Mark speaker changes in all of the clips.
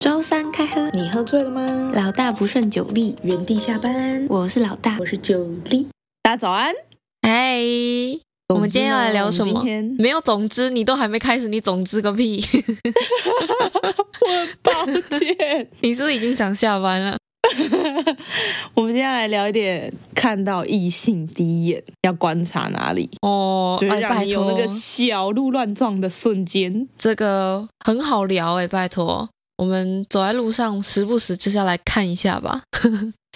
Speaker 1: 周三开喝，
Speaker 2: 你喝醉了吗？
Speaker 1: 老大不胜酒力。
Speaker 2: 原地下班，
Speaker 1: 我是老大
Speaker 2: 我，是九力。大家早安。
Speaker 3: 哎，我们今天要来聊
Speaker 2: 总之
Speaker 3: 什
Speaker 2: 呢我
Speaker 3: 么
Speaker 2: 们今？天
Speaker 3: 没有，总之你都还没开始，你总之个屁！
Speaker 2: 我 抱歉，
Speaker 3: 你是不是已经想下班了？
Speaker 2: 我们今天来聊一点看到异性第一眼要观察哪里，
Speaker 3: 哦，
Speaker 2: 就是
Speaker 3: 哎，
Speaker 2: 让
Speaker 3: 拜
Speaker 2: 你有
Speaker 3: 托
Speaker 2: 那，个小鹿乱撞的瞬间。
Speaker 3: 这个很好聊哎，拜托，我们走在路上，时不时就是要来看一下吧。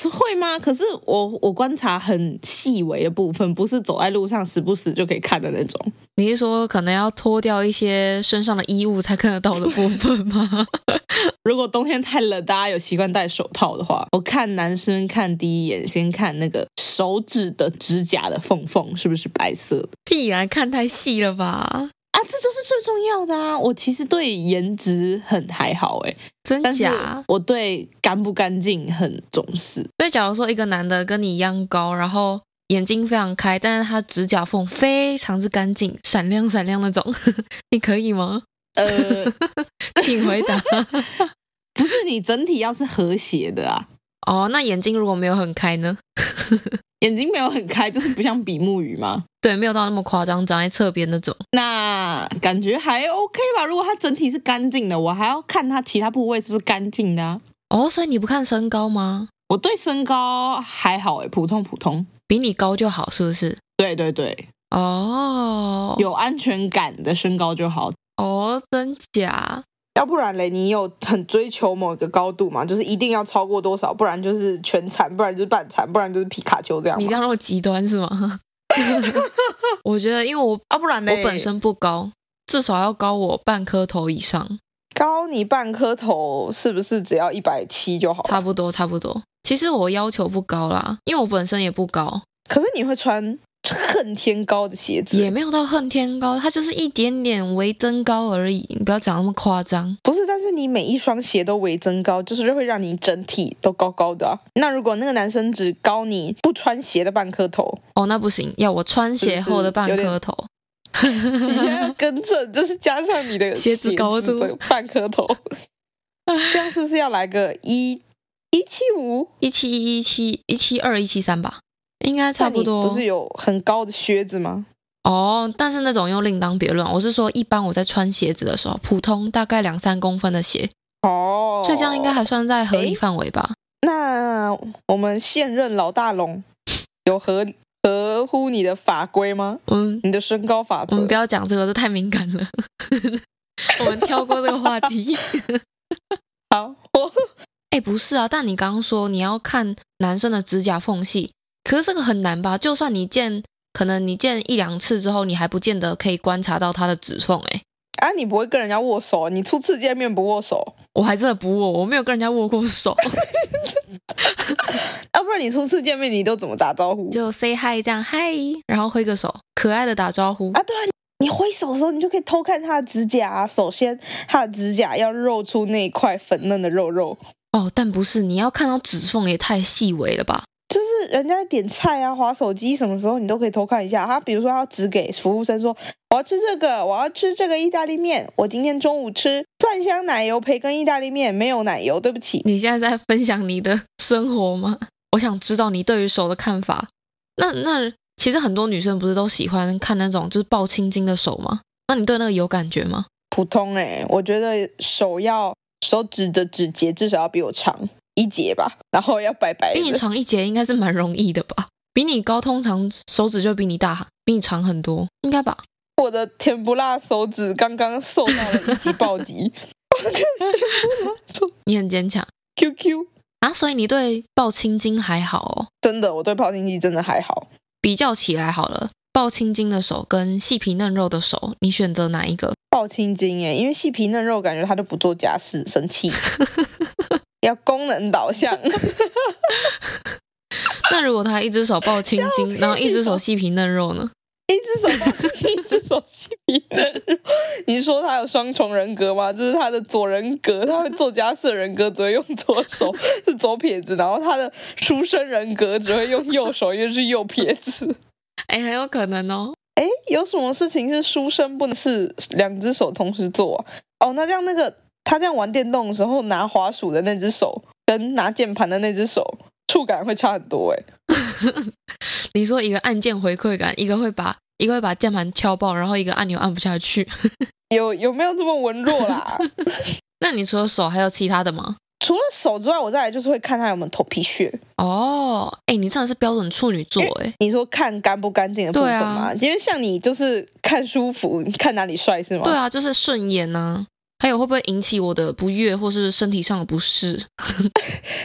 Speaker 2: 是会吗？可是我我观察很细微的部分，不是走在路上时不时就可以看的那种。
Speaker 3: 你是说可能要脱掉一些身上的衣物才看得到的部分吗？
Speaker 2: 如果冬天太冷，大家有习惯戴手套的话，我看男生看第一眼，先看那个手指的指甲的缝缝是不是白色的。
Speaker 3: 屁然看太细了吧？
Speaker 2: 啊，这就是最重要的啊！我其实对颜值很还好哎、
Speaker 3: 真
Speaker 2: 但是
Speaker 3: 假？
Speaker 2: 我对干不干净很重视。
Speaker 3: 所以假如说一个男的跟你一样高，然后眼睛非常开，但是他指甲缝非常之干净，闪亮闪亮那种， 你可以吗？
Speaker 2: 呃，
Speaker 3: 请回答。
Speaker 2: 不是你整体要是和谐的啊，
Speaker 3: 哦，那眼睛如果没有很开呢？
Speaker 2: 眼睛没有很开，就是不像比目鱼嘛。
Speaker 3: 对，没有到那么夸张，长在侧边那种。
Speaker 2: 那感觉还 OK 吧？如果它整体是干净的，我还要看它其他部位是不是干净的、啊。
Speaker 3: 哦，所以你不看身高吗？
Speaker 2: 我对身高还好哎、普通普通。
Speaker 3: 比你高就好，是不是？
Speaker 2: 对对对，
Speaker 3: 哦，
Speaker 2: 有安全感的身高就好。
Speaker 3: 哦，真假？
Speaker 2: 要不然嘞，你有很追求某一个高度嘛？就是一定要超过多少，不然就是全残，不然就是半残，不然就是皮卡丘这样
Speaker 3: 你这
Speaker 2: 嘛。
Speaker 3: 样那么极端是吗？ 我觉得，因为我
Speaker 2: 啊，不然嘞，
Speaker 3: 我本身不高，至少要高我半颗头以上。
Speaker 2: 高你半颗头，是不是只要一百七就好
Speaker 3: 差
Speaker 2: 了？
Speaker 3: 不多，差不多。其实我要求不高啦，因为我本身也不高，
Speaker 2: 可是你会穿恨天高的鞋子，
Speaker 3: 也没有到恨天高，它就是一点点微增高而已。你不要讲那么夸张。
Speaker 2: 不是？但是你每一双鞋都微增高，就是会让你整体都高高的啊、那如果那个男生只高你不穿鞋的半颗头，
Speaker 3: 哦，那不行，要我穿鞋后的半颗头。
Speaker 2: 你现在要更正，就是加上你的
Speaker 3: 鞋子高度
Speaker 2: 鞋子的半颗头，这样是不是要来个一一七五？
Speaker 3: 一七一、一七一七二、一七三吧，应该差不
Speaker 2: 但你
Speaker 3: 多
Speaker 2: 不。是有很高的靴子吗？
Speaker 3: 哦，但是那种又另当别论。我是说，一般我在穿鞋子的时候，普通大概两三公分的鞋，
Speaker 2: 哦，
Speaker 3: 所以这样应该还算在合理
Speaker 2: 诶
Speaker 3: 范围吧？
Speaker 2: 那我们现任老大龙有合合乎你的法规吗？
Speaker 3: 嗯，
Speaker 2: 你的身高法
Speaker 3: 我
Speaker 2: 则
Speaker 3: 们嗯不要讲这个，这太敏感了。 我们跳过这个话题。
Speaker 2: 好，我
Speaker 3: 哎，不是啊，但你刚刚说你要看男生的指甲缝隙，可是这个很难吧？就算你见，可能你见一两次之后，你还不见得可以观察到他的指缝。哎，
Speaker 2: 啊，你不会跟人家握手，你初次见面不握手，
Speaker 3: 我还真的不握，我没有跟人家握过手，
Speaker 2: 要、啊不然你初次见面你都怎么打招呼？
Speaker 3: 就 say hi 这样 hi，然后挥个手，可爱的打招呼。
Speaker 2: 啊，对啊，你挥手的时候，你就可以偷看他的指甲、啊。首先，他的指甲要露出那一块粉嫩的肉肉，
Speaker 3: 哦，但不是，你要看到指缝也太细微了吧？
Speaker 2: 就是人家点菜啊、划手机什么时候，你都可以偷看一下。他比如说，他要指给服务生说：“我要吃这个，我要吃这个意大利面，我今天中午吃蒜香奶油培根意大利面，没有奶油，对不起。
Speaker 3: 你现在在分享你的生活吗？ 我想知道你对于手的看法。那那其实很多女生不是都喜欢看那种就是抱青筋的手吗？那你对那个有感觉吗？”
Speaker 2: 普通诶、我觉得手要手指的指节至少要比我长一节吧， 然后要白白
Speaker 3: 比你
Speaker 2: 的。
Speaker 3: 长一截应该是蛮容易的吧？比你高，通常手指就比你大，比你长很多，应该吧？
Speaker 2: 我的甜不辣手指刚刚受到了一击暴击。 我的
Speaker 3: 你很坚强
Speaker 2: QQ，
Speaker 3: 啊，所以你对抱青筋还好哦。
Speaker 2: 真的，我对泡青机真的还好。
Speaker 3: 比较起来好了，抱青筋的手跟细皮嫩肉的手，你选择哪一个？
Speaker 2: 爆青筋耶，因为细皮嫩肉，感觉他都不做家事，生气。要功能导向，
Speaker 3: 那如果他一只手抱青筋，然后一只手细皮嫩肉呢？
Speaker 2: 一只手抱青筋，一只手细皮嫩肉。你说他有双重人格吗？就是他的左人格，他会做家事的人格只会用左手，是左撇子；然后他的出生人格只会用右手，因为是右撇子。
Speaker 3: 哎，很有可能哦。
Speaker 2: 哎，有什么事情是书生不能是两只手同时做啊、哦，那这样那个他这样玩电动的时候，拿滑鼠的那只手跟拿键盘的那只手触感会差很多哎、
Speaker 3: 你说一个按键回馈感，一个会把一个会把键盘敲爆，然后一个按钮按不下去。
Speaker 2: 有有没有这么文弱啦？
Speaker 3: 那你除了手还有其他的吗？
Speaker 2: 除了手之外，我再来就是会看他有没有头皮屑。
Speaker 3: 哦，哎，你真的是标准处女座哎，
Speaker 2: 你说看干不干净的部分嘛？因为像你就是看舒服，你看哪里帅是吗？
Speaker 3: 对啊，就是顺眼呢、还有会不会引起我的不悦或是身体上的不适？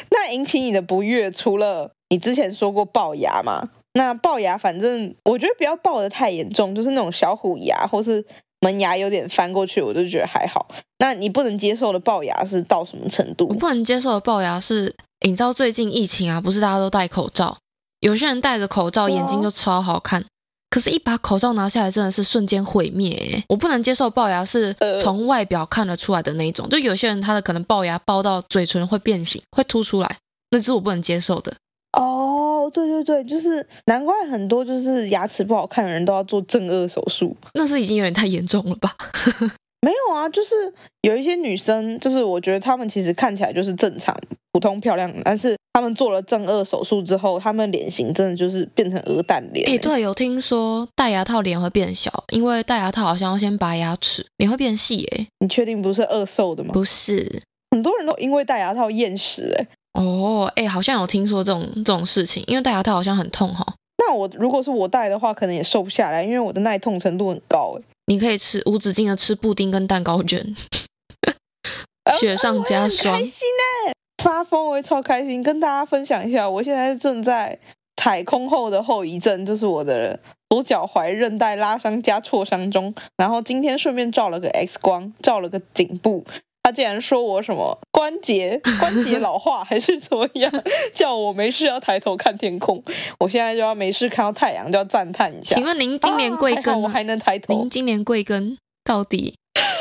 Speaker 2: 那引起你的不悦，除了你之前说过龅牙嘛，那龅牙反正我觉得不要龅的太严重，就是那种小虎牙或是门牙有点翻过去，我就觉得还好。那你不能接受的龅牙是到什么程
Speaker 3: 我
Speaker 2: 度？
Speaker 3: 不能接受的龅牙是，欸诶你知道最近疫情啊，不是大家都戴口罩，有些人戴着口罩
Speaker 2: 对啊
Speaker 3: 眼睛就超好看，可是，一把口罩拿下来真的是瞬间毁灭、诶我不能接受龅牙是从外表看得出来的那一种，就有些人他的可能龅牙龅到嘴唇会变形，会凸出来，那是我不能接受的。
Speaker 2: 哦，对对对，就是难怪很多就是牙齿不好看的人都要做正颚手术。
Speaker 3: 那是已经有点太严重了吧？
Speaker 2: 没有啊，就是有一些女生，就是我觉得她们其实看起来就是正常、普通漂亮的，但是她们做了正颚手术之后，她们脸型真的就是变成鹅蛋脸、
Speaker 3: 诶、
Speaker 2: 欸。
Speaker 3: 对，有听说戴牙套脸会变小，因为戴牙套好像要先拔牙齿，脸会变细、欸诶
Speaker 2: 你确定不是饿瘦的吗？
Speaker 3: 不是，
Speaker 2: 很多人都因为戴牙套厌食、欸。
Speaker 3: 哦，哎、好像有听说这种这种事情，因为戴牙套好像很痛哈。
Speaker 2: 那我如果是我戴的话，可能也瘦不下来，因为我的耐痛程度很高、欸。
Speaker 3: 你可以吃无止境的吃布丁跟蛋糕卷，雪上加
Speaker 2: 哦我
Speaker 3: 霜
Speaker 2: 很。开心哎、发疯我会超开心，跟大家分享一下，我现在正在踩空后的后遗症，就是我的左脚踝韧带拉伤加挫伤中。然后今天顺便照了个 X 光，照了个颈部。他竟然说我什么关节 关节老化还是怎么样，叫我没事要抬头看天空。我现在就要没事看到太阳就要赞叹一下
Speaker 3: 请。问您今年贵
Speaker 2: 啊还好我
Speaker 3: 庚吗、
Speaker 2: 还能抬头
Speaker 3: 您。今年贵庚到底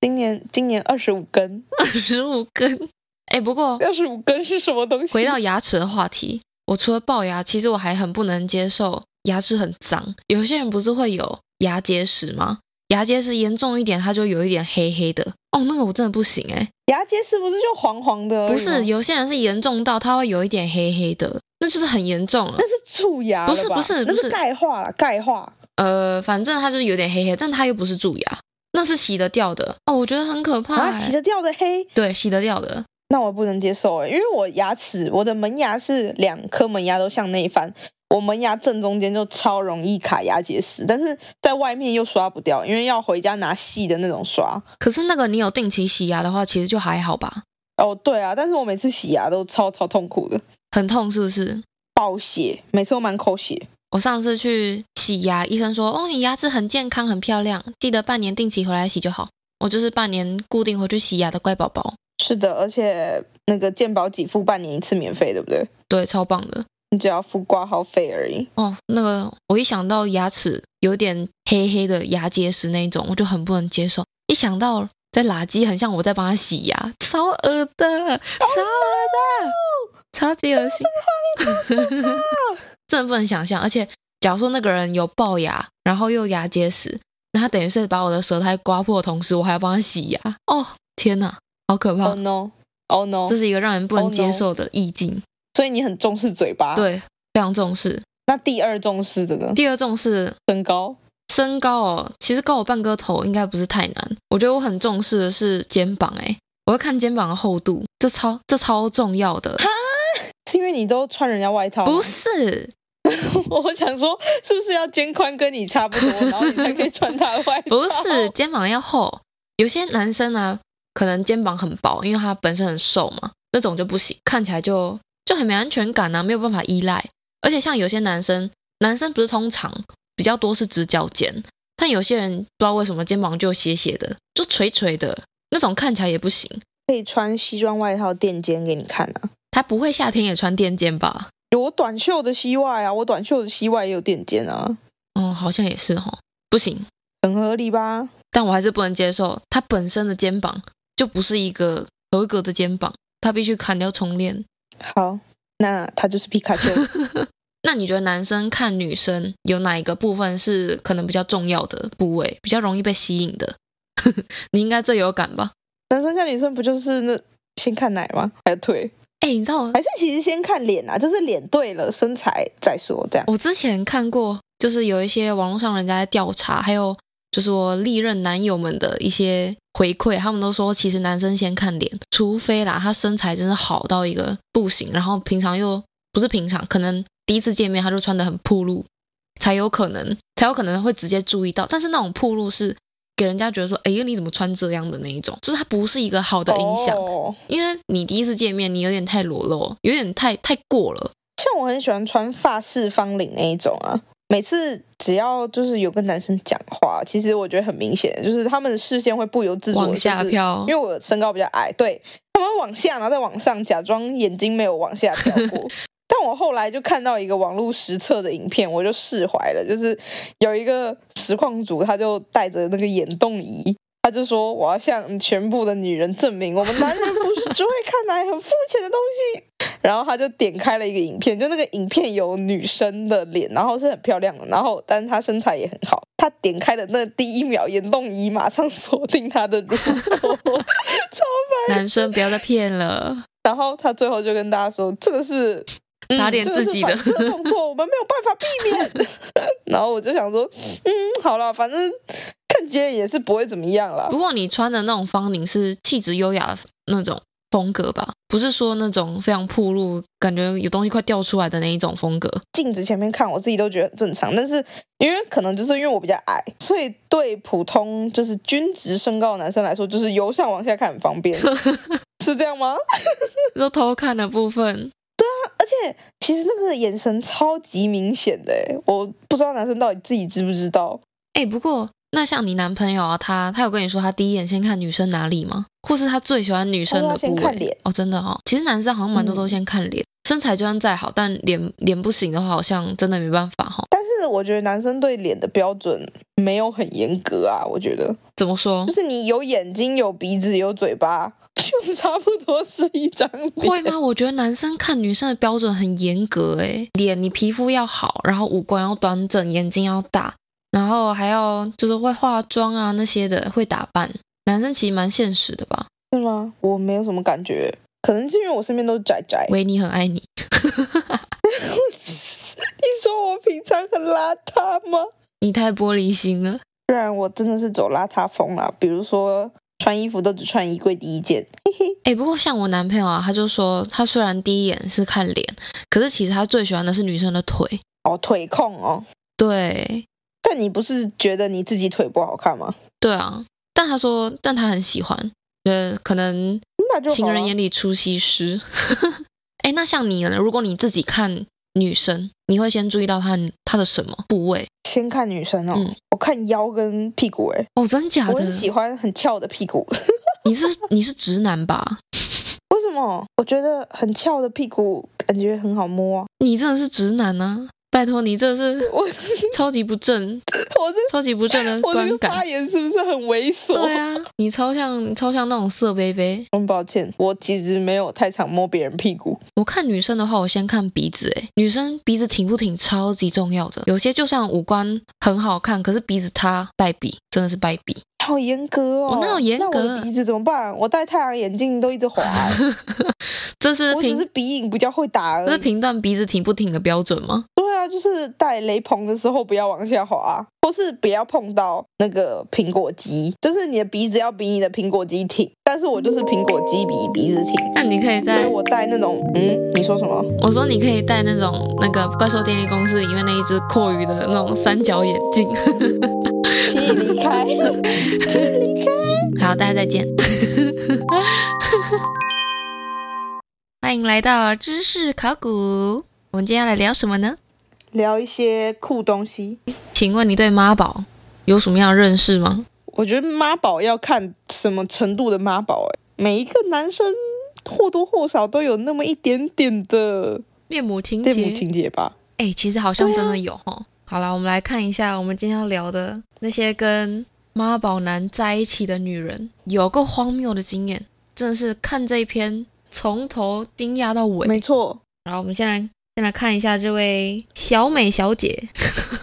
Speaker 2: 今年今年二十五根，
Speaker 3: 二十五根？哎、不过
Speaker 2: 二十五根是什么东西？啊
Speaker 3: 回到牙齿的话题，我除了龅牙，其实我还很不能接受牙齿很脏。有些人不是会有牙结石吗？牙结石严重一点，它就有一点黑黑的。哦，那个我真的不行哎、
Speaker 2: 牙结石不是就黄黄的而已吗？
Speaker 3: 不是，有些人是严重到他会有一点黑黑的，那就是很严重了
Speaker 2: 那。是蛀牙了吧，
Speaker 3: 不是不是
Speaker 2: 那
Speaker 3: 不
Speaker 2: 是
Speaker 3: 是
Speaker 2: 钙化啦，钙化。
Speaker 3: 呃，反正他就是有点黑黑，但他又不是蛀牙，那是洗得掉的。哦，我觉得很可怕、
Speaker 2: 啊，
Speaker 3: 欸
Speaker 2: 洗得掉的黑，
Speaker 3: 对，洗得掉的。
Speaker 2: 那我不能接受哎，因为我牙齿，我的门牙是两颗门牙都向内翻，我门牙正中间就超容易卡牙结石，但是在外面又刷不掉，因为要回家拿细的那种刷。
Speaker 3: 可是那个你有定期洗牙的话，其实就还好吧，
Speaker 2: 哦，对啊，但是我每次洗牙都超超痛苦的，
Speaker 3: 很痛是不是？
Speaker 2: 爆血，每次都满口血。
Speaker 3: 我上次去洗牙，医生说，哦，你牙齿很健康，很漂亮，记得半年定期回来洗就好。我就是半年固定回去洗牙的乖宝宝，
Speaker 2: 是的，而且那个健保给付半年一次免费，对不对？
Speaker 3: 对，超棒的。
Speaker 2: 你只要付挂号费而已。
Speaker 3: 哦，那个我一想到牙齿有点黑黑的牙结石那一种，我就很不能接受。一想到在垃圾，很像我在帮他洗牙，超恶的，超恶的，超级恶心， 真的不能想象。而且，假如说那个人有龅牙，然后又有牙结石，那他等于是把我的舌苔刮破，同时我还要帮他洗牙。哦，天哪，好可怕！
Speaker 2: Oh no，Oh no，
Speaker 3: 哦这是一个让人不能
Speaker 2: Oh no
Speaker 3: 接受的意境。
Speaker 2: 所以你很重视嘴巴。，
Speaker 3: 对，非常重视。
Speaker 2: 那第二重视的呢？
Speaker 3: 第二重是
Speaker 2: 身高。
Speaker 3: 身高哦，其实高我半个头应该不是太难。我觉得我很重视的是肩膀，哎，我会看肩膀的厚度，这超这超重要的。
Speaker 2: 是因为你都穿人家外套吗，
Speaker 3: 不是，
Speaker 2: 我想说，是不是要肩宽跟你差不多，然后你才可以穿他的外套？
Speaker 3: 不 是，肩膀要厚。有些男生呢，可能肩膀很薄，因为他本身很瘦嘛，那种就不行，看起来就就很没安全感啊，没有办法依赖。而且像有些男生，男生不是通常比较多是直角肩，但有些人不知道为什么肩膀就斜斜的，就垂垂的那种，看起来也不行。
Speaker 2: 可以穿西装外套垫肩给你看啊。
Speaker 3: 他不会夏天也穿垫肩吧？
Speaker 2: 有我短袖的西外啊，我短袖的西外也有垫肩啊，
Speaker 3: 哦，好像也是哦，不行，
Speaker 2: 很合理吧？
Speaker 3: 但我还是不能接受他本身的肩膀就不是一个合格的肩膀，他必须砍掉重练。
Speaker 2: 好，那他就是皮卡丘。
Speaker 3: 那你觉得男生看女生有哪一个部分是 可能比较重要的部位，比较容易被吸引的？你应该最有感吧？
Speaker 2: 男生看女生不就是那先看奶吗？还有腿？
Speaker 3: 哎、你知道我
Speaker 2: 还是其实先看脸啊？就是脸对了，身材再说这样。
Speaker 3: 我之前看过，就是有一些网络上人家在调查，还有就是我历任男友们的一些回馈，他们都说其实男生先看脸，除非啦他身材真的好到一个不行，然后平常又不是平常，可能第一次见面他就穿的很暴露，才有可能才有可能会直接注意到。但是那种暴露是给人家觉得说，哎呀你怎么穿这样的那一种，就是它不是一个好的影响。
Speaker 2: 哦
Speaker 3: 因为你第一次见面，你有点太裸露，有点太太过了。
Speaker 2: 像我很喜欢穿发式方领那一种啊，每次只要就是有跟男生讲话，其实我觉得很明显，就是他们的视线会不由自主地
Speaker 3: 往下
Speaker 2: 就是
Speaker 3: 飘
Speaker 2: 因为我身高比较矮，对他们会往下，然后再往上，假装眼睛没有往下飘 过。但我后来就看到一个网络实测的影片，我就释怀了。就是有一个实况组，他就带着那个眼动仪，他就说：“我要向全部的女人证明，我们男人不是只会看来很肤浅的东西。”然后他就点开了一个影片，就那个影片有女生的脸，然后是很漂亮的，然后但是她身材也很好。他点开的那第一秒，眼动仪马上锁定她的乳沟， 超白。
Speaker 3: 男生不要再骗了，
Speaker 2: 然后他最后就跟大家说：“这个是、嗯、
Speaker 3: 打脸自己的
Speaker 2: 这个是反射动作，我们没有办法避免。”然后我就想说：“嗯，好了，反正看起来也是不会怎么样啦。
Speaker 3: 不过你穿的那种方领是气质优雅的那种风格吧，不是说那种非常暴露，感觉有东西快掉出来的那一种风格。
Speaker 2: 镜子前面看我自己都觉得很正常，但是因为可能就是因为我比较矮，所以对普通就是均值身高的男生来说，就是由上往下看很方便，是这样吗？啊
Speaker 3: 说偷看的部分，
Speaker 2: 而且其实那个眼神超级明显的欸，我不知道男生到底自己知不知道。
Speaker 3: 哎，不过那像你男朋友啊，他他有跟你说他第一眼先看女生哪里吗？或是他最喜欢女生的
Speaker 2: 他说
Speaker 3: 部
Speaker 2: 他先看
Speaker 3: 位
Speaker 2: 脸？嗯
Speaker 3: 哦，真的哦，其实男生好像蛮多都先看脸，身材就算再好，但脸脸不行的话，好像真的没办法哈、哦。
Speaker 2: 但是我觉得男生对脸的标准没有很严格啊，我觉得
Speaker 3: 怎么说
Speaker 2: 就？是你有眼睛、有鼻子、有嘴巴，就差不多是一张脸。
Speaker 3: 会吗？我觉得男生看女生的标准很严格诶，脸你皮肤要好，然后五官要端正，眼睛要大，然后还要就是会化妆啊那些的，会打扮。男生其实蛮现实的吧？
Speaker 2: 是吗？我没有什么感觉，可能是因为我身边都是宅宅。
Speaker 3: 维尼很爱你，
Speaker 2: 你说我平常很邋遢吗？
Speaker 3: 你太玻璃心了。
Speaker 2: 虽然我真的是走邋遢风啦，比如说穿衣服都只穿衣柜第一件， 嘿嘿，
Speaker 3: 哎，不过像我男朋友啊，他就说他虽然第一眼是看脸，可是其实他最喜欢的是女生的腿。
Speaker 2: 哦，腿控哦。
Speaker 3: 对，
Speaker 2: 但你不是觉得你自己腿不好看吗？
Speaker 3: 对啊，但他说，但他很喜欢，呃，可能
Speaker 2: 那就好啊
Speaker 3: 情人眼里出西施。 哎，那像你呢？如果你自己看女生，你会先注意到她她的什么部位？
Speaker 2: 先看女生哦，
Speaker 3: 嗯
Speaker 2: 我看腰跟屁股、欸，
Speaker 3: 哦，真假
Speaker 2: 我
Speaker 3: 的
Speaker 2: 很？喜欢很翘的屁股。
Speaker 3: 你是你是直男吧？
Speaker 2: 为什么？我觉得很翘的屁股感觉很好摸、啊。
Speaker 3: 你真的是直男啊！拜托，你这是
Speaker 2: 我
Speaker 3: 超级不正、
Speaker 2: 我这
Speaker 3: 超级不正的
Speaker 2: 我这
Speaker 3: 观
Speaker 2: 个发
Speaker 3: 感。
Speaker 2: 言是不是很猥琐？
Speaker 3: 对啊，你超像你超像那种色杯杯。
Speaker 2: 很抱歉，我其实没有太常摸别人屁股。
Speaker 3: 我看女生的话，我先看鼻子、欸，女生鼻子挺不挺超级重要的。有些就算五官很好看，可是鼻子它败笔，真的是败笔。
Speaker 2: 好严格哦！
Speaker 3: 我哪有严格
Speaker 2: 那我的鼻子怎么办？我戴太阳眼镜都一直滑、
Speaker 3: 这是
Speaker 2: 我只
Speaker 3: 平
Speaker 2: 是鼻影比较会打而
Speaker 3: 这是
Speaker 2: 已。
Speaker 3: 评断鼻子挺不挺的标准吗？
Speaker 2: 对啊，就是戴雷朋的时候不要往下滑，或是不要碰到那个苹果肌，就是你的鼻子要比你的苹果肌挺。但是我就是苹果肌比鼻子挺，
Speaker 3: 那你可以
Speaker 2: 所以
Speaker 3: 在
Speaker 2: 我戴那种嗯，你说什么？
Speaker 3: 我说你可以戴那种那个怪兽电力公司里面那一只阔鱼的那种三角眼镜。
Speaker 2: 请你离开， 请你离开。
Speaker 3: 好，大家再见。欢迎来到知识考古，我们今天要来聊什么呢？
Speaker 2: 聊一些酷东西，
Speaker 3: 请问你对妈宝有什么样的认识吗？
Speaker 2: 我觉得妈宝要看什么程度的妈宝、欸，每一个男生或多或少都有那么一点点的
Speaker 3: 恋母情
Speaker 2: 恋母
Speaker 3: 节，
Speaker 2: 情节吧。
Speaker 3: 哎、其实好像真的有哦。好啦，我们来看一下我们今天要聊的那些跟妈宝男在一起的女人，有够荒谬的经验，真的是看这一篇从头惊讶到尾。
Speaker 2: 没错，
Speaker 3: 然后我们先来先来看一下这位小美小姐，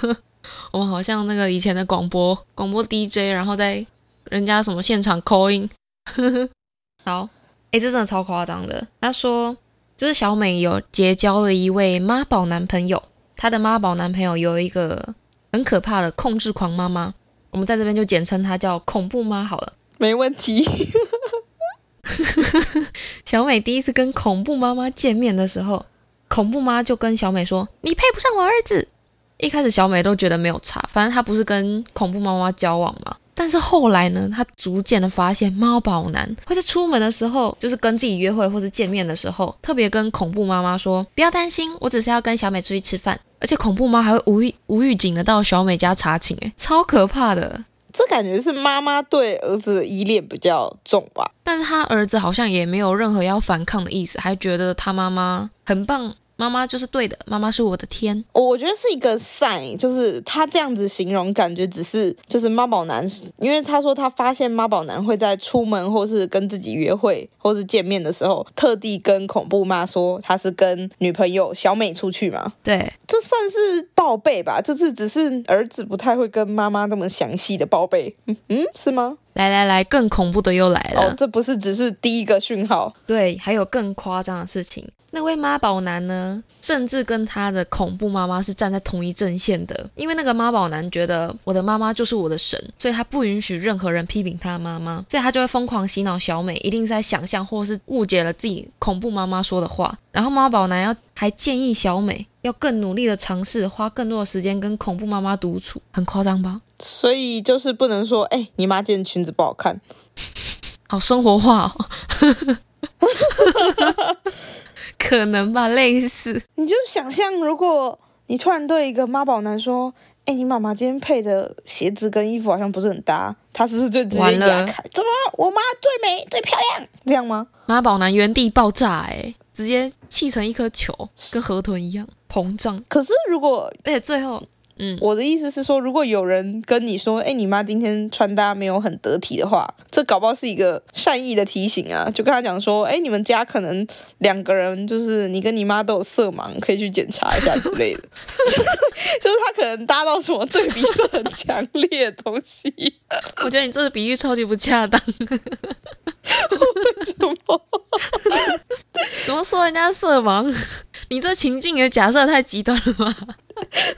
Speaker 3: 我们好像那个以前的广播广播 DJ，然后在人家什么现场 call in， 好，诶，这真的超夸张的。他说，就是小美有结交了一位妈宝男朋友，她的妈宝男朋友有一个很可怕的控制狂妈妈，我们在这边就简称她叫恐怖妈好了。
Speaker 2: 没问题。
Speaker 3: 小美第一次跟恐怖妈妈见面的时候，恐怖妈就跟小美说：“你配不上我儿子。”一开始小美都觉得没有差，反正她不是跟恐怖妈妈交往嘛。但是后来呢，她逐渐的发现，猫宝男会在出门的时候，就是跟自己约会或是见面的时候，特别跟恐怖妈妈说：“不要担心，我只是要跟小美出去吃饭。”而且恐怖妈还会无预无预警的到小美家查寝，诶，超可怕的。
Speaker 2: 这感觉是妈妈对儿子的依恋比较重吧？
Speaker 3: 但是他儿子好像也没有任何要反抗的意思，还觉得他妈妈很棒，妈妈就是对的，妈妈是我的天。
Speaker 2: 我我觉得是一个 sign，就是他这样子形容，感觉只是就是妈宝男，因为他说他发现妈宝男会在出门或是跟自己约会或是见面的时候，特地跟恐怖妈说他是跟女朋友小美出去嘛，
Speaker 3: 对，
Speaker 2: 这算是报备吧？就是只是儿子不太会跟妈妈那么详细的报备，嗯嗯，是吗？
Speaker 3: 来来来，更恐怖的又来了。
Speaker 2: 哦，这不是只是第一个讯号，
Speaker 3: 对，还有更夸张的事情，那位妈宝男呢，甚至跟他的恐怖妈妈是站在同一阵线的，因为那个妈宝男觉得我的妈妈就是我的神，所以他不允许任何人批评他的妈妈，所以他就会疯狂洗脑小美，一定是在想象或是误解了自己恐怖妈妈说的话，然后妈宝男要还建议小美要更努力的尝试，花更多的时间跟恐怖妈妈独处，很夸张吧？
Speaker 2: 所以就是不能说，哎、你妈这件裙子不好看，
Speaker 3: 好生活化哦， 可能吧，类似。
Speaker 2: 你就想象，如果你突然对一个妈宝男说：“哎、你妈妈今天配的鞋子跟衣服好像不是很搭。”他是不是就直接
Speaker 3: 完了
Speaker 2: 牙开？怎么，我妈最美最漂亮，这样吗？
Speaker 3: 妈宝男原地爆炸、欸，直接气成一颗球，跟河豚一样膨胀，
Speaker 2: 可是如果
Speaker 3: 而且最后，嗯，
Speaker 2: 我的意思是说，如果有人跟你说：“哎、你妈今天穿搭没有很得体的话”，这搞不好是一个善意的提醒啊，就跟他讲说：“哎、你们家可能两个人就是你跟你妈都有色盲，可以去检查一下之类的。” 就是就是他可能搭到什么对比色很强烈的东西。
Speaker 3: 我觉得你这个比喻超级不恰当。
Speaker 2: 什么？
Speaker 3: 怎么说人家色盲？ 你这情境的假设太极端了吧？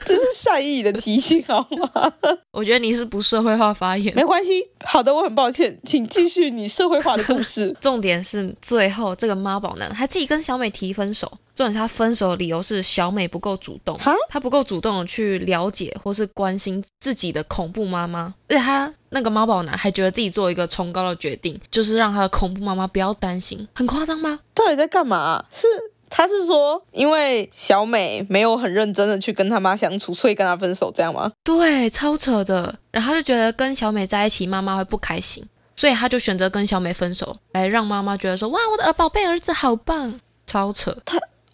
Speaker 2: 这是善意的提醒好吗？
Speaker 3: 我觉得你是不社会化发言。。
Speaker 2: 没关系，好的，我很抱歉，请继续你社会化的故事
Speaker 3: 重点是最后这个妈宝男还自己跟小美提分手，重点是他分手的理由是小美不够主动
Speaker 2: 哈，
Speaker 3: 他不够主动的去了解或是关心自己的恐怖妈妈，而且他那个妈宝男还觉得自己做一个崇高的决定，就是让他的恐怖妈妈不要担心，很夸张吧？
Speaker 2: 到底在干嘛、是他是说，因为小美没有很认真的去跟他妈相处，所以跟他分手，这样吗？
Speaker 3: 对，超扯的。然后他就觉得跟小美在一起，妈妈会不开心，所以他就选择跟小美分手，来让妈妈觉得说哇，我的儿宝贝儿子好棒，超扯。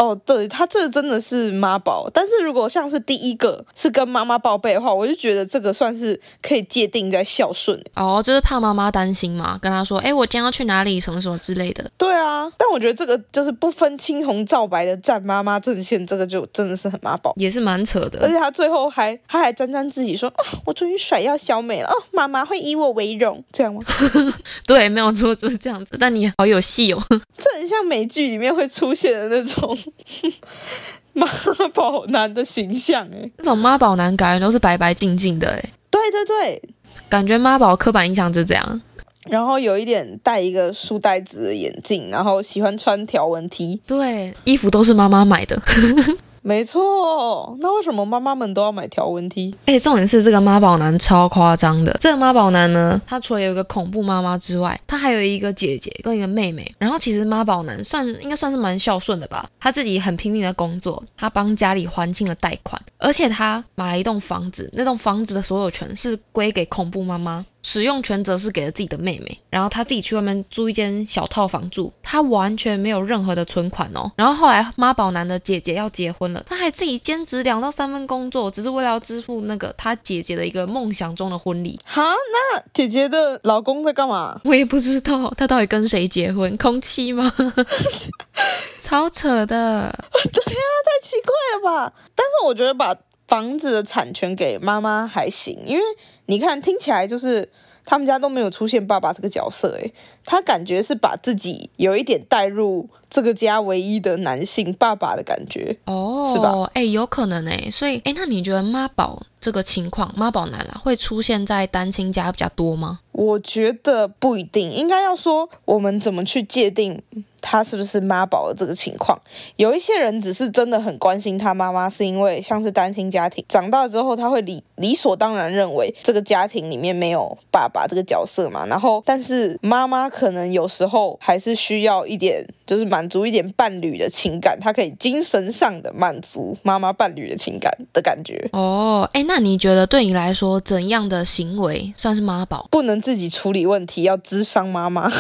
Speaker 2: 哦，对他这个真的是妈宝，但是如果像是第一个是跟妈妈报备的话，我就觉得这个算是可以界定在孝顺。
Speaker 3: 哦，就是怕妈妈担心嘛，跟她说，哎，我今天要去哪里，什么什么之类的。
Speaker 2: 对啊，但我觉得这个就是不分青红皂白的站妈妈阵线，这个就真的是很妈宝。
Speaker 3: 也是蛮扯
Speaker 2: 而
Speaker 3: 的。
Speaker 2: 且他最后还他还沾沾自喜说：“啊，我终于甩掉小美了哦，妈妈会以我为荣。”这样吗？
Speaker 3: 对，没有错，就是这样子。但你好有戏哦，
Speaker 2: 这很像美剧里面会出现的那种 妈宝男的形象哎。
Speaker 3: 那种妈宝男感觉都是白白净净的，哎，
Speaker 2: 对对对，
Speaker 3: 感觉妈宝刻板印象就这样。
Speaker 2: 然后有一点戴一个书呆子的眼镜，然后喜欢穿条纹 T。
Speaker 3: 对，衣服都是妈妈买的。
Speaker 2: 没错，那为什么妈妈们都要买条纹 T？
Speaker 3: 哎，重点是这个妈宝男超夸张的。这个妈宝男呢，他除了有一个恐怖妈妈之外，他还有一个姐姐跟一个妹妹。然后其实妈宝男算应该算是蛮孝顺的吧，他自己很拼命的工作，他帮家里还清了贷款，而且他买了一栋房子，那栋房子的所有权是归给恐怖妈妈。使用权则是给了自己的妹妹，然后他自己去外面租一间小套房住，他完全没有任何的存款哦。然后后来妈宝男的姐姐要结婚了，他还自己兼职两到三份工作，只是为了要支付那个他姐姐的一个梦想中的婚礼。
Speaker 2: 哈，那姐姐的老公在干嘛？
Speaker 3: 我也不知道他到底跟谁结婚，空 气吗？超扯的，
Speaker 2: 太奇怪了吧？但是我觉得把房子的产权给妈妈还行，因为你看，听起来就是他们家都没有出现爸爸这个角色、欸，诶，他感觉是把自己有一点带入这个家唯一的男性爸爸的感觉。
Speaker 3: 哦，
Speaker 2: 是吧？
Speaker 3: 哎、有可能哎、所以哎、那你觉得妈宝这个情况，妈宝男啊，会出现在单亲家比较多吗？
Speaker 2: 我觉得不一定，应该要说我们怎么去界定他是不是妈宝的这个情况。有一些人只是真的很关心他妈妈，是因为像是单亲家庭，长大之后他会理理所当然认为这个家庭里面没有爸爸这个角色嘛。然后，但是妈妈可能有时候还是需要一点，就是满足一点伴侣的情感，他可以精神上的满足妈妈伴侣的情感的感觉。
Speaker 3: 哦，哎、那你觉得对你来说，怎样的行为算是妈宝？
Speaker 2: 不能自己处理问题，要咨商妈妈。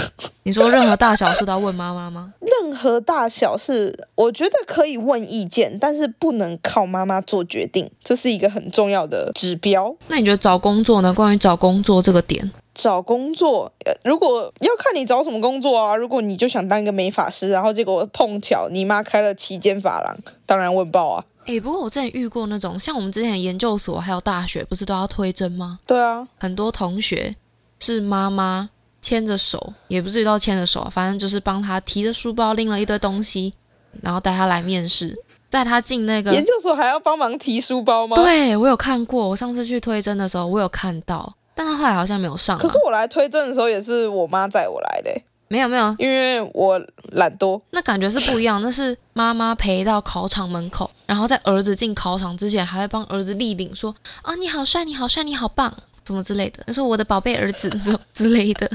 Speaker 3: 你说任何大小事都要问妈妈吗？
Speaker 2: 任何大小事，我觉得可以问意见，但是不能靠妈妈做决定，这是一个很重要的指标。
Speaker 3: 那你觉得找工作呢？关于找工作这个点，
Speaker 2: 找工作，呃如果要看你找什么工作啊，如果你就想当一个美发师，然后结果碰巧你妈开了七间发廊，当然问爆啊。
Speaker 3: 哎、不过我之前遇过那种，像我们之前研究所还有大学，不是都要推甄吗？
Speaker 2: 对啊，
Speaker 3: 很多同学是妈妈牵着手，也不至于到牵着手啊，反正就是帮他提着书包拎了一堆东西，然后带他来面试，带他进那个。
Speaker 2: 研究所还要帮忙提书包吗？。
Speaker 3: 嗯对啊我有看过，我上次去推甄的时候我有看到，但他后来好像没有上、啊。
Speaker 2: 可是我来推证的时候也是我妈载我来的、
Speaker 3: 没有没有，
Speaker 2: 因为我懒惰。
Speaker 3: 那感觉是不一样，那是妈妈陪到考场门口，然后在儿子进考场之前，还会帮儿子立领说，啊你好帅，你好帅，你好棒，什么之类的。他说我的宝贝儿子这种之类 的，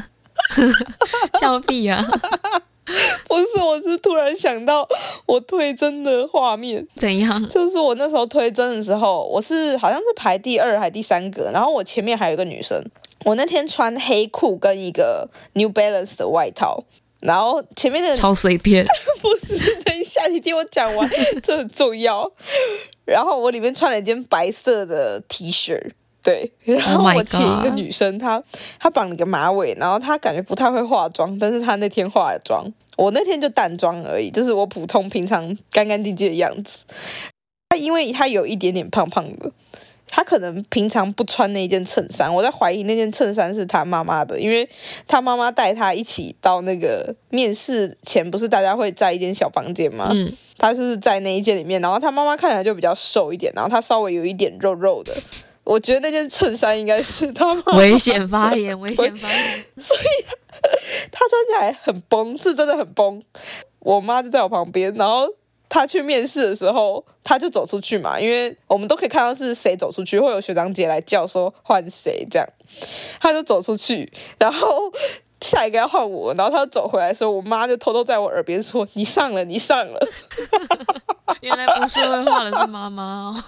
Speaker 3: 笑屁啊！
Speaker 2: 不是，我是突然想到我推真的画面。
Speaker 3: 怎样？
Speaker 2: 就是我那时候推甄的时候，我是好像是排第二还第三个，然后我前面还有一个女生。我那天穿黑裤跟一个 New Balance 的外套，然后前面 那个
Speaker 3: 超随便，
Speaker 2: 不是，等一下你听我讲完， 这很重要。然后我里面穿了一件白色的 T 恤。对，然后
Speaker 3: my
Speaker 2: 我请一个
Speaker 3: God
Speaker 2: 女生，她她绑了个马尾，然后她感觉不太会化妆，但是她那天化了妆。我那天就淡妆而已，就是我普通平常干干净净的样子。她因为她有一点点胖胖的，她可能平常不穿那一件衬衫，我在怀疑那件衬衫是她妈妈的，因为她妈妈带她一起到那个面试前，不是大家会在一间小房间吗？
Speaker 3: 嗯，
Speaker 2: 她就是在那一间里面，然后她妈妈看起来就比较瘦一点，然后她稍微有一点肉肉的。我觉得那件衬衫应该是她妈，
Speaker 3: 危险发言，危险发言，
Speaker 2: 她穿起来很崩，是真的很崩。我妈就在我旁边，然后她去面试的时候，她就走出去嘛，因为我们都可以看到是谁走出去，会有学长姐来叫说换谁这样，她就走出去，然后。下一个要换我，然后她就走回来的时候，我妈就偷偷在我耳边说：“你上了，你上了。”
Speaker 3: 原来不社会化的是妈妈、哦。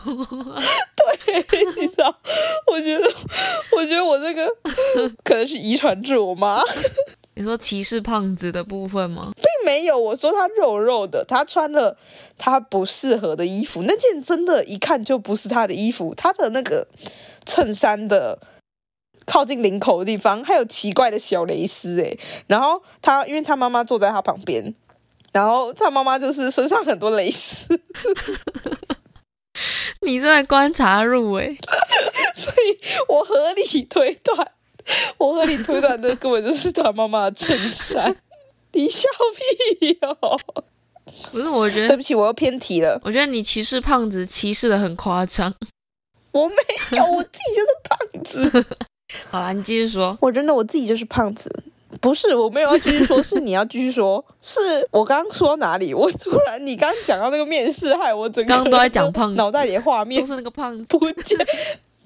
Speaker 2: 你知道，我觉得，我觉得我这个可能是遗传至我妈，
Speaker 3: 你说歧视胖子的部分吗？
Speaker 2: 并没有。我说她肉肉的，她穿了她不适合的衣服，那件真的，一看就不是她的衣服。她的那个衬衫的靠近领口的地方，还有奇怪的小蕾丝，诶，然后她，因为她妈妈坐在她旁边，然后她妈妈就是身上很多蕾丝，
Speaker 3: 你正在观察入围，
Speaker 2: 所以我合理推断，我合理推断，那根本就是他妈妈的衬衫。你笑屁哦！
Speaker 3: 不是？我觉
Speaker 2: 对
Speaker 3: 得，
Speaker 2: 不起，我又偏题了。
Speaker 3: 我觉得你歧视胖子歧视的很夸张。
Speaker 2: 我没有，我自己就是胖子。
Speaker 3: 好啦，你继续 说。
Speaker 2: 我真的我自己就是胖子。不是，我没有要继续说，是你要继续说。是我刚刚说到哪里？我突然你刚刚讲到那个面试，害我整个
Speaker 3: 刚刚都在讲胖子
Speaker 2: 脑袋里的画面
Speaker 3: 都是那个胖子。
Speaker 2: 不 见。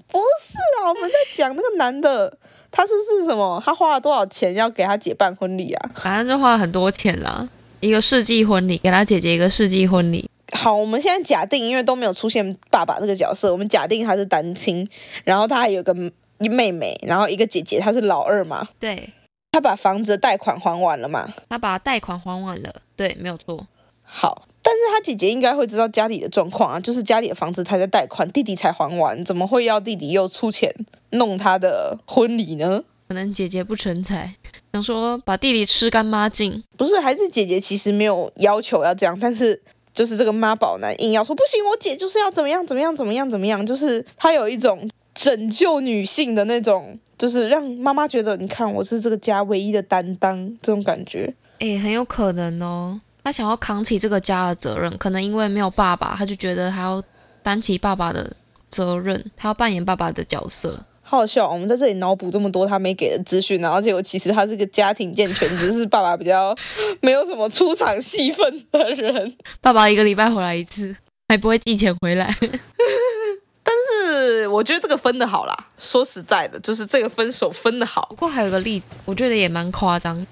Speaker 2: 不是啊，我们在讲那个男的，他是不是什么？他花了多少钱要给他姐办婚礼啊？
Speaker 3: 反正就花了很多钱啦，一个世纪婚礼，给他姐姐一个世纪婚礼。
Speaker 2: 好，我们现在假定，因为都没有出现爸爸这个角色，我们假定他是单亲，然后他还有个妹妹，然后一个姐姐，他是老二嘛。
Speaker 3: 对
Speaker 2: 他把房子的贷款还完了嘛？
Speaker 3: 他把贷款还完了，对，没有错。
Speaker 2: 好，但是他姐姐应该会知道家里的状况啊，就是家里的房子他在贷款，弟弟才还完，怎么会要弟弟又出钱弄他的婚礼呢？
Speaker 3: 可能姐姐不成才，想说把弟弟吃干抹净。
Speaker 2: 不是，还是姐姐其实没有要求要这样，但是就是这个妈宝男硬要说不行，我姐就是要怎么样怎么样怎么样怎么样，就是他有一种拯救女性的那种，就是让妈妈觉得你看我是这个家唯一的担当这种感觉。
Speaker 3: 诶、很有可能哦，他想要扛起这个家的责任，可能因为没有爸爸，他就觉得他要担起爸爸的责任，他要扮演爸爸的角色。
Speaker 2: 好好笑哦，我们在这里脑补这么多他没给的资讯，然后结果其实他是个家庭健全，只是爸爸比较没有什么出场戏份的人。
Speaker 3: 爸爸一个礼拜回来一次，还不会寄钱回来。
Speaker 2: 是，我觉得这个分的好啦。说实在的，就是这个分手分的好
Speaker 3: 不。过还有个例子，我觉得也蛮夸张。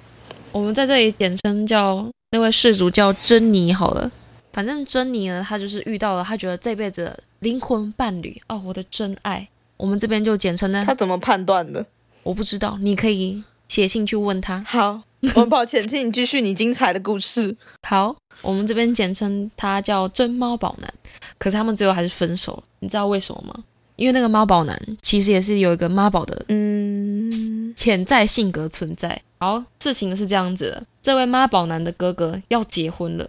Speaker 3: 我们在这里简称叫那位氏族叫珍妮好了。反正珍妮呢，她就是遇到了她觉得这辈子的灵魂伴侣哦，我的真爱。我们这边就简称呢
Speaker 2: 他，怎么判断的？
Speaker 3: 我不知道，你可以写信去问她。
Speaker 2: 好，我很抱歉，请你继续你精彩的故事。
Speaker 3: 好，我们这边简称他叫真猫宝男，可是他们最后还是分手了。你知道为什么吗？因为那个猫宝男其实也是有一个妈宝的
Speaker 2: 嗯，
Speaker 3: 潜在性格存在。好，事情是这样子的，这位妈宝男的哥哥要结婚了，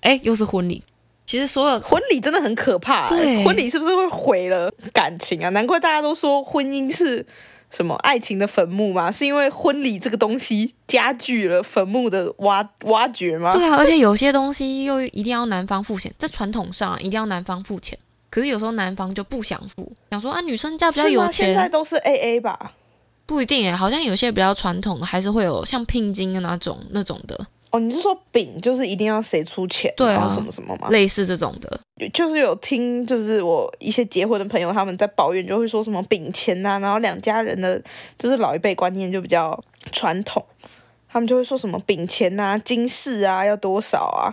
Speaker 3: 哎，又是婚礼。其实所有
Speaker 2: 婚礼真的很可怕、欸
Speaker 3: 对
Speaker 2: 婚礼是不是会毁了感情啊？难怪大家都说婚姻是什么爱情的坟墓嘛，是因为婚礼这个东西加剧了坟墓的挖挖掘吗？
Speaker 3: 对啊，而且有些东西又一定要男方付钱，在传统上、啊、一定要男方付钱。可是有时候男方就不想付，想说啊，女生家比较
Speaker 2: 是吗
Speaker 3: 有
Speaker 2: 现在
Speaker 3: 钱，
Speaker 2: 都是 A A 吧？
Speaker 3: 不一定耶。好像有些比较传统，还是会有像聘金的那种那种的，
Speaker 2: 哦，你是说饼就是一定要谁出钱，
Speaker 3: 对啊
Speaker 2: 然后什么什么吗？
Speaker 3: 类似这种的。
Speaker 2: 就是有听，就是我一些结婚的朋友他们在抱怨，就会说什么饼钱呐、然后两家人的就是老一辈观念就比较传统，他们就会说什么饼钱呐、金饰啊要多少啊。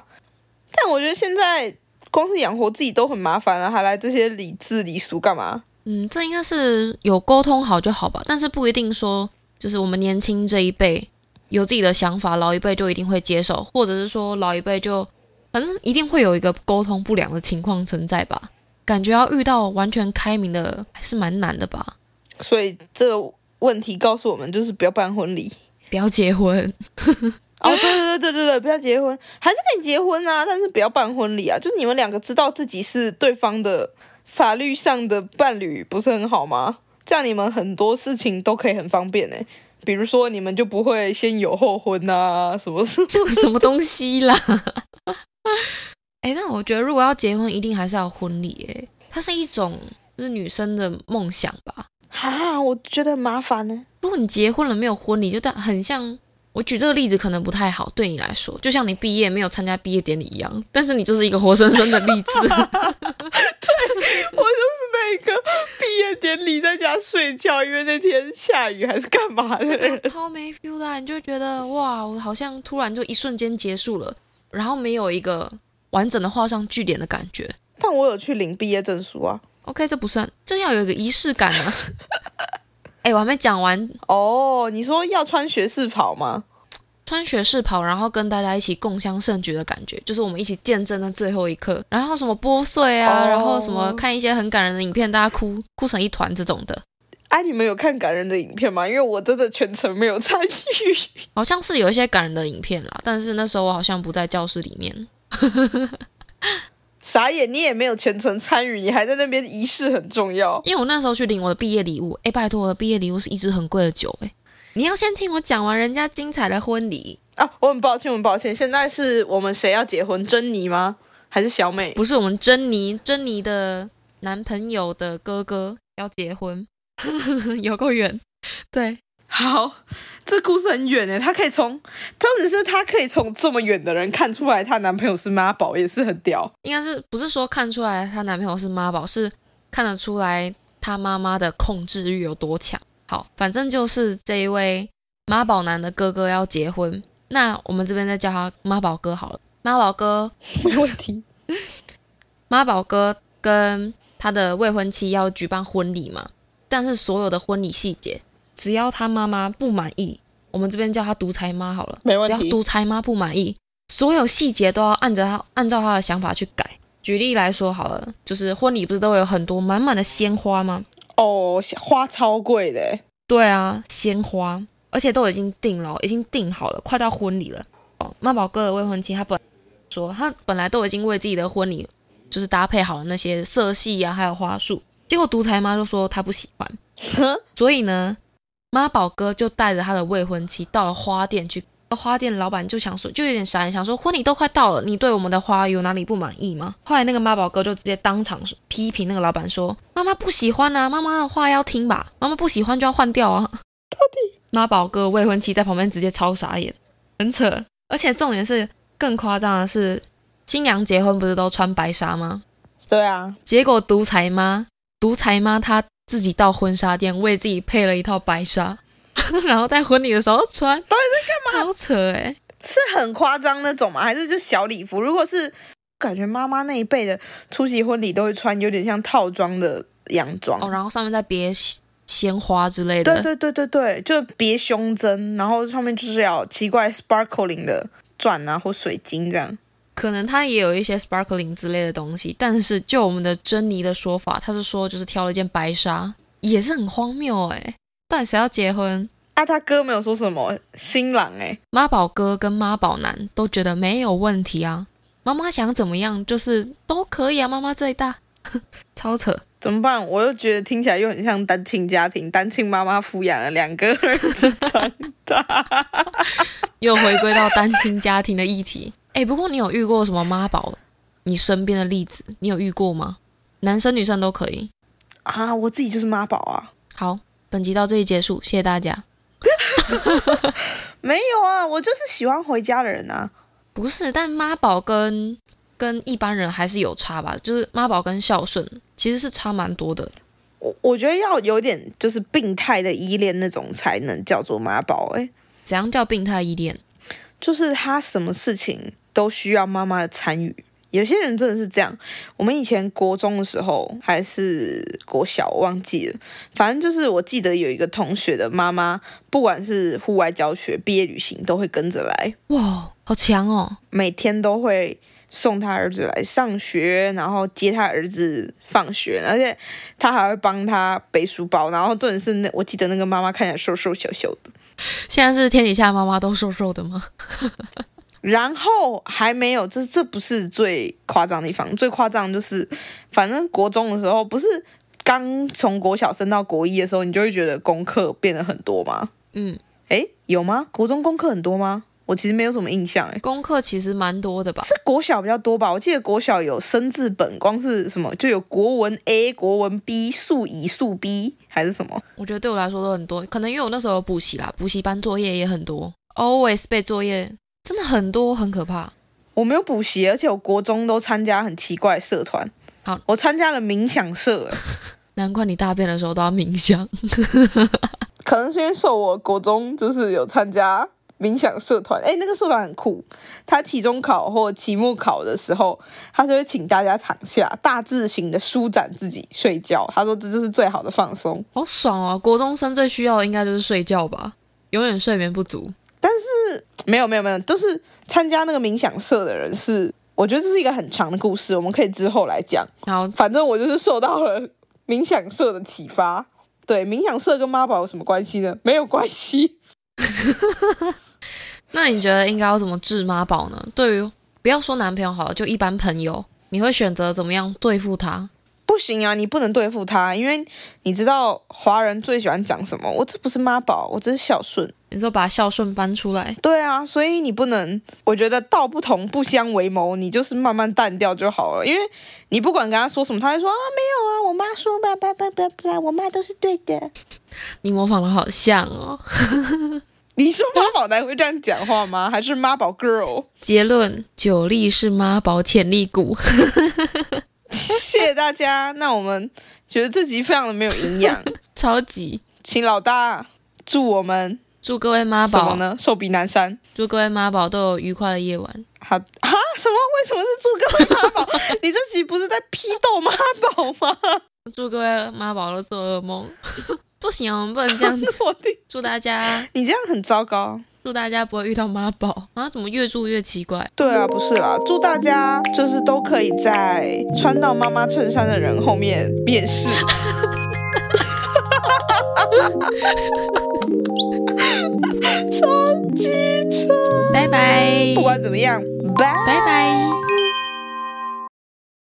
Speaker 2: 但我觉得现在光是养活自己都很麻烦了、啊还来这些礼制礼俗干嘛？
Speaker 3: 嗯，这应该是有沟通好就好吧，但是不一定说就是我们年轻这一辈有自己的想法，老一辈就一定会接受，或者是说老一辈就反正一定会有一个沟通不良的情况存在吧。感觉要遇到完全开明的还是蛮难的吧，
Speaker 2: 所以这个问题告诉我们，就是不要办婚礼。
Speaker 3: 不要结婚。
Speaker 2: 哦，对对对对对对，不要结婚，还是可以结婚啊，但是不要办婚礼啊。就你们两个知道自己是对方的法律上的伴侣，不是很好吗？这样你们很多事情都可以很方便呢、欸比如说你们就不会先有后婚啊，什么什么。
Speaker 3: 什么东西啦？ 哎、但我觉得如果要结婚，一定还是要婚礼。哎，它是一种就是女生的梦想吧。
Speaker 2: 哈，我觉得很麻烦欸呢、
Speaker 3: 如果你结婚了没有婚礼，就但很像我举这个例子可能不太好，对你来说，就像你毕业没有参加毕业典礼一样，但是你就是一个活生生的例子。
Speaker 2: 我就是那个毕业典礼在家睡觉，因为那天下雨还是干嘛的
Speaker 3: 这
Speaker 2: 人。
Speaker 3: 个超没 feel 的啊，你就会觉得哇，我好像突然就一瞬间结束了，然后没有一个完整的画上句点的感觉。
Speaker 2: 但我有去领毕业证书啊。
Speaker 3: OK，这不算，这要有一个仪式感啊。哎、我还没讲完，
Speaker 2: 哦，你说要穿学士袍吗？
Speaker 3: 穿学士袍，然后跟大家一起共襄盛举的感觉，就是我们一起见证那最后一刻。然后什么剥穗啊
Speaker 2: 哦
Speaker 3: 然后什么看一些很感人的影片，大家哭哭成一团这种的，
Speaker 2: 哎、你们有看感人的影片吗？因为我真的全程没有参与。
Speaker 3: 好像是有一些感人的影片啦。但是那时候我好像不在教室里面，
Speaker 2: 傻眼，你也没有全程参与，你还在那边仪式很重要。
Speaker 3: 因为我那时候去领我的毕业礼物。哎，拜托，我的毕业礼物是一支很贵的酒。哎，你要先听我讲完人家精彩的婚礼，
Speaker 2: 啊，我很抱歉，我很抱歉。现在是我们谁要结婚？珍妮吗？还是小美？
Speaker 3: 不是我们珍妮珍妮的男朋友的哥哥要结婚， 有够远。对，
Speaker 2: 好，这故事很远诶，欸她可以从，特别是她可以从这么远的人看出来，她男朋友是妈宝，也是很屌。
Speaker 3: 应该是不是说看出来她男朋友是妈宝，是看得出来她妈妈的控制欲有多强。好，反正就是这一位妈宝男的哥哥要结婚，那我们这边再叫他妈宝哥好了。妈宝哥，
Speaker 2: 没问题。
Speaker 3: 妈宝哥跟他的未婚妻要举办婚礼嘛，但是所有的婚礼细节，只要他妈妈不满意，我们这边叫他独裁妈好了。
Speaker 2: 没问
Speaker 3: 只要
Speaker 2: 题
Speaker 3: 独裁妈不满意，所有细节都要按着他按照他的想法去改。举例来说好了，就是婚礼不是都会有很多满满的鲜花吗？
Speaker 2: 哦，花超贵的诶，
Speaker 3: 对啊，鲜花，而且都已经定了，已经定好了，快到婚礼了。哦，妈宝哥的未婚妻，他本来说他本来都已经为自己的婚礼就是搭配好了那些色系啊，还有花束，结果独裁妈就说她不喜欢，所以呢，妈宝哥就带着他的未婚妻到了花店去。花店老板就想说，就有点傻眼，想说婚礼都快到了，你对我们的花有哪里不满意吗？后来那个妈宝哥就直接当场批评那个老板说：“妈妈不喜欢啊，妈妈的话要听吧，妈妈不喜欢就要换掉啊。”到底妈宝哥未婚妻在旁边直接超傻眼，很扯。而且重点是更夸张的是，新娘结婚不是都穿白纱吗？
Speaker 2: 对啊，
Speaker 3: 结果独裁妈，独裁妈她自己到婚纱店为自己配了一套白纱， 然后在婚礼的时候穿，
Speaker 2: 到
Speaker 3: 超扯哎、
Speaker 2: 是很夸张那种吗？还是就小礼服？如果是感觉妈妈那一辈的出席婚礼都会穿有点像套装的洋装。
Speaker 3: 哦，然后上面再别鲜鲜花之类的，
Speaker 2: 对对对对对，就别胸针，然后上面就是要有奇怪 sparkling 的钻啊或水晶这样。
Speaker 3: 可能它也有一些 sparkling 之类的东西，但是就我们的珍妮的说法，她是说就是挑了一件白纱，也是很荒谬哎、到底谁要结婚？
Speaker 2: 啊，他哥没有说什么，新郎哎、欸，
Speaker 3: 妈宝哥跟妈宝男都觉得没有问题啊，妈妈想怎么样就是都可以啊，妈妈最大， 超扯。
Speaker 2: 怎么办？我又觉得听起来又很像单亲家庭，单亲妈妈抚养了两个儿子长大。
Speaker 3: 又回归到单亲家庭的议题。哎、不过你有遇过什么妈宝？你身边的例子，你有遇过吗？男生女生都可以。
Speaker 2: 啊，我自己就是妈宝啊。
Speaker 3: 好，本集到这里结束，谢谢大家。
Speaker 2: 没有啊，我就是喜欢回家的人啊。
Speaker 3: 不是，但妈宝跟跟一般人还是有差吧，就是妈宝跟孝顺其实是差蛮多的。
Speaker 2: 我我觉得要有点就是病态的依恋那种才能叫做妈宝哎、
Speaker 3: 怎样叫病态依恋？
Speaker 2: 就是他什么事情都需要妈妈的参与。有些人真的是这样。我们以前国中的时候还是国小，我忘记了。反正就是我记得有一个同学的妈妈，不管是户外教学、毕业旅行，都会跟着来，
Speaker 3: 哇，好强哦！
Speaker 2: 每天都会送他儿子来上学，然后接他儿子放学，而且他还会帮他背书包。然后重点是那，我记得那个妈妈看起来瘦瘦小小的。
Speaker 3: 现在是天底下妈妈都瘦瘦的吗？
Speaker 2: 然后还没有，这这不是最夸张的地方，最夸张的就是，反正国中的时候不是刚从国小升到国一的时候，你就会觉得功课变得很多吗？
Speaker 3: 嗯，
Speaker 2: 诶，有吗？国中功课很多吗？我其实没有什么印象，诶，
Speaker 3: 功课其实蛮多的吧？
Speaker 2: 是国小比较多吧？我记得国小有生字本，光是什么就有国文 A、国文 B、数乙、数 B 还是什么？
Speaker 3: 我觉得对我来说都很多，可能因为我那时候有补习啦，补习班作业也很多，always 被作业真的很多，很可怕。
Speaker 2: 我没有补习，而且我国中都参加很奇怪的社团。
Speaker 3: 好，
Speaker 2: 我参加了冥想社，诶
Speaker 3: 难怪你大便的时候都要冥想。
Speaker 2: 可能是因为受我国中就是有参加冥想社团，哎，那个社团很酷。他期中考或期末考的时候，他就会请大家躺下，大字型的舒展自己，睡觉。他说这就是最好的放松。
Speaker 3: 好爽哦！国中生最需要的应该就是睡觉吧，永远睡眠不足。
Speaker 2: 没有没有没有，都是参加那个冥想社的人是，我觉得这是一个很长的故事，我们可以之后来讲。
Speaker 3: 然后
Speaker 2: 反正我就是受到了冥想社的启发。 对，冥想社跟妈宝有什么关系呢？没有关系。
Speaker 3: 那你觉得应该要怎么治妈宝呢？对于不要说男朋友好了，就一般朋友，你会选择怎么样对付他？
Speaker 2: 不行啊，你不能对付他，因为你知道华人最喜欢讲什么？我这不是妈宝，我这是孝顺。
Speaker 3: 你说把孝顺搬出来，
Speaker 2: 对啊，所以你不能，我觉得道不同不相为谋，你就是慢慢淡掉就好了。因为你不管跟他说什么，他会说啊没有啊，我妈说吧，吧吧吧吧，我妈都是对的。
Speaker 3: 你模仿的好像哦。
Speaker 2: 你说妈宝男会这样讲话吗？ 还是妈宝 girl？
Speaker 3: 结论：九力是妈宝潜力股。
Speaker 2: 谢谢大家，那我们觉得这集非常的没有营 养，
Speaker 3: 超级。
Speaker 2: 请老大祝我们
Speaker 3: 祝各位妈
Speaker 2: 什么
Speaker 3: 宝，
Speaker 2: 呢？寿比南山。
Speaker 3: 祝各位妈宝都有愉快的夜晚。
Speaker 2: 好啊？什么？为什么是祝各位妈 宝？你这集不是在批斗妈宝吗？
Speaker 3: 祝各位妈宝都做噩梦。 不行、啊，我们不能这样子。
Speaker 2: 我的，
Speaker 3: 祝大家，
Speaker 2: 你这样很糟糕。
Speaker 3: 祝大家不会遇到妈宝啊！怎么越祝越奇怪？
Speaker 2: 对啊，不是啦，祝大家就是都可以在穿到妈妈衬衫的人后面面试。超机车，
Speaker 3: 拜拜，
Speaker 2: 不管怎么样，拜
Speaker 3: 拜拜。